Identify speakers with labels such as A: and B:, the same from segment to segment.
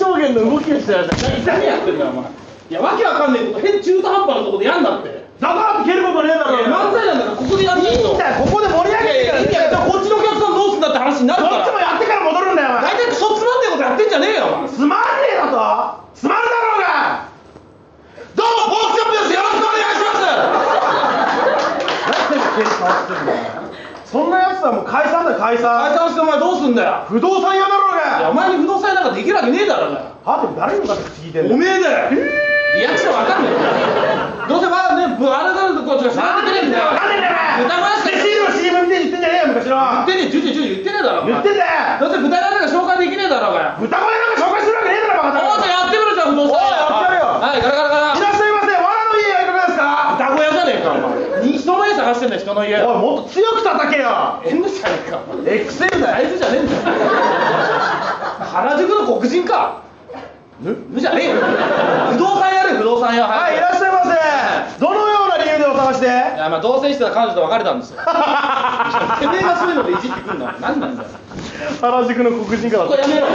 A: してやる何やってんだよお前いやわけわかんねえこと変中途半端なとこでやんなって
B: ザバーって蹴ることねえだろ
A: 漫才なんだからここでやんないといいんだ
B: ここで盛り上げてから
A: いやいやじゃあこっちのお客さんどうすんだって話になる
B: ど
A: か
B: っちも
A: ら
B: やってから戻るんだよお前
A: 大体クソつまんねえことやってんじゃねえよお前
B: つまんねえだとつまるだろうが
A: どうもボースキャンプですよろしくお願いします
B: 何でも変わってんだよそんなやつはもう解散だよ解
A: 解
B: 散
A: 散してお前どうすんだよ
B: 不動産屋だろう
A: いやお
B: が
A: 前に不動産屋なんかできるわけねえだろうが
B: はて誰の方って聞いてん
A: お
B: の
A: めえだよリアクションわかんねえどうせまあねぶあれだろこっちが下げてくれんだよ
B: なんでだよ
A: 豚話だ
B: レ
A: よ
B: シールの CM みたいに言ってんじゃねえよ 昔の
A: 言ってねえジュジュジュジュ言ってねえだろお前
B: 言ってんだよ
A: どうせ豚なんか紹介できねえだろうが
B: 豚小屋なんか紹介するわけねえだろバカ
A: もうちょい
B: だろ
A: やってみろじゃん不動産屋
B: おいやってやるよ
A: はいガラガラ
B: い
A: ガラ
B: らっしゃいませわらの家はいかがですか
A: 豚小屋じゃねえかお前人の家探してんだよ人の家
B: おいもっと強く叩けよ
A: えんのじゃねえかお前
B: XL だ
A: サ
B: よ
A: イズじゃねえんだよ原宿の黒人かぬじゃねえよ不動産屋で不動産屋
B: はいいらっしゃいませどのような理由でお探しで
A: いやまあ同棲してた彼女と別れた んですよてめえがそういうのでいじってくんの何なんだよ
B: 原宿の黒人か
A: そこやめろ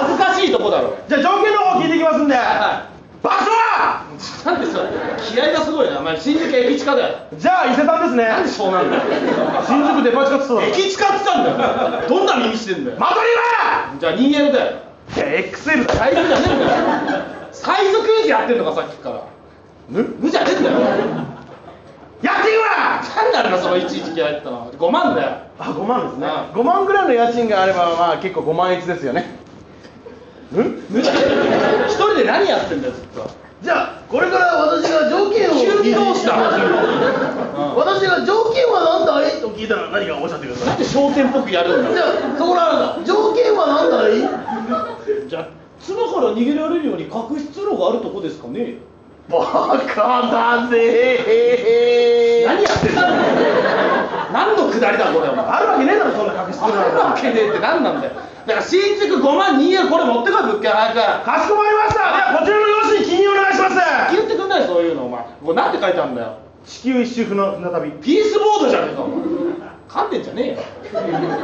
A: 恥ずかしいとこだろ
B: じゃあ条件の方聞いていきますんで
A: は
B: 場所はい
A: なんでそれ気合がすごいなお前新宿駅近だよ
B: じゃあ伊勢さんです
A: なんで
B: ね
A: そうなんだよ
B: 新宿デパ地下ツアー
A: 駅近っつったんだよどんな耳してんだよ
B: 間取
A: じゃあ人間だよ
B: りはいや XL だよ
A: サイズじゃねえんだよサイズクイズやってんのかさっきから
B: ぬ
A: 無じゃねえんだよ
B: 家賃は
A: 何なんだそのいちいち気合入ったの5万だよ
B: あ5万ですね
A: ああ
B: 5万ぐらいの家賃があればまあ結構5万円ですよねん
A: 無じゃねえんだよ一人で何やってんだよずっと
B: じゃあこれから私が条件を
A: 急にどうした
B: 私が条件は何だいと聞いたら何かおっしゃってくださ
A: なんで焦点っぽくやるんだよ
B: ゃあそこなんだ条件は何だい
A: じゃあ妻から逃げられるように隠し通路があるとこですかね
B: バカだね
A: 何やってんだ何のくだりだこれお前
B: あるわけねえだろそんな隠し通路
A: ある
B: なん
A: わ
B: か
A: けねえって何なんだよだから新宿5万2円これ持ってこい物件早く
B: かしこまりましたではこちらの用紙に記入お願いします
A: 言ってくんないそういうのお前これなんて書いてあるんだよ
B: 地球一周船船旅
A: ピースボードじゃねえかお前噛んでんじゃねえよ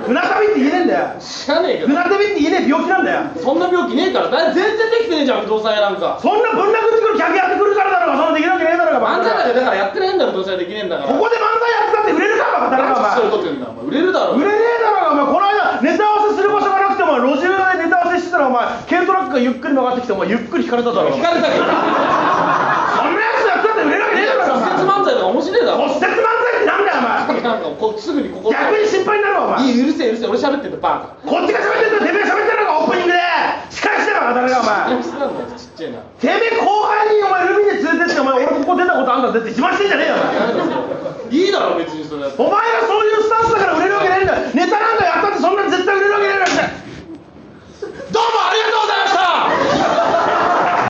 B: 船旅って言えねえんだよ
A: 知らねえけど
B: 船旅って言えねえ病気なんだよ
A: そんな病気ねえからだ全然できてねえじゃん不動産屋なんか
B: そんなぶん殴ってくる客やってくるからだろうがそんなできるわけねえだろうが
A: 漫
B: バカだ
A: 才なんか
B: ろ
A: だからやってねえんだよ不動産屋できねえんだから
B: ここで漫才やってたって売れるかバカだろう
A: 何
B: が
A: それ
B: お
A: 取ってんだよお前売れるだろ
B: 前売れねえだろうがお前この間ネタ合わせする場所がなくてお前路地裏でネタ合わせしてたらお前軽トラックがゆっくり曲がってきてお前ゆっくり引かれただろうがお
A: 聞
B: 前
A: かれたけど
B: そんなやつやってたって売れるわけねえだろうがお
A: 直接漫才とか面白いだろ
B: 前骨折漫才ってなんだよお前
A: なんかこうすぐにここ
B: 逆に心配になるわお前
A: いい、うるせえ、うるせえ、俺喋ってんだ、バ
B: こっちが喋ってるとてめえが喋ってるのがオープニングで仕返しだよバカだろうがお
A: カ。
B: 前
A: 何してたんだよ、ちっちゃいな。
B: てめえ後輩にお前海で連れてってお前俺ここ出たことあんだぜって自慢してんじゃねえよお前
A: いいだろ、別にそれ。
B: お前がそういう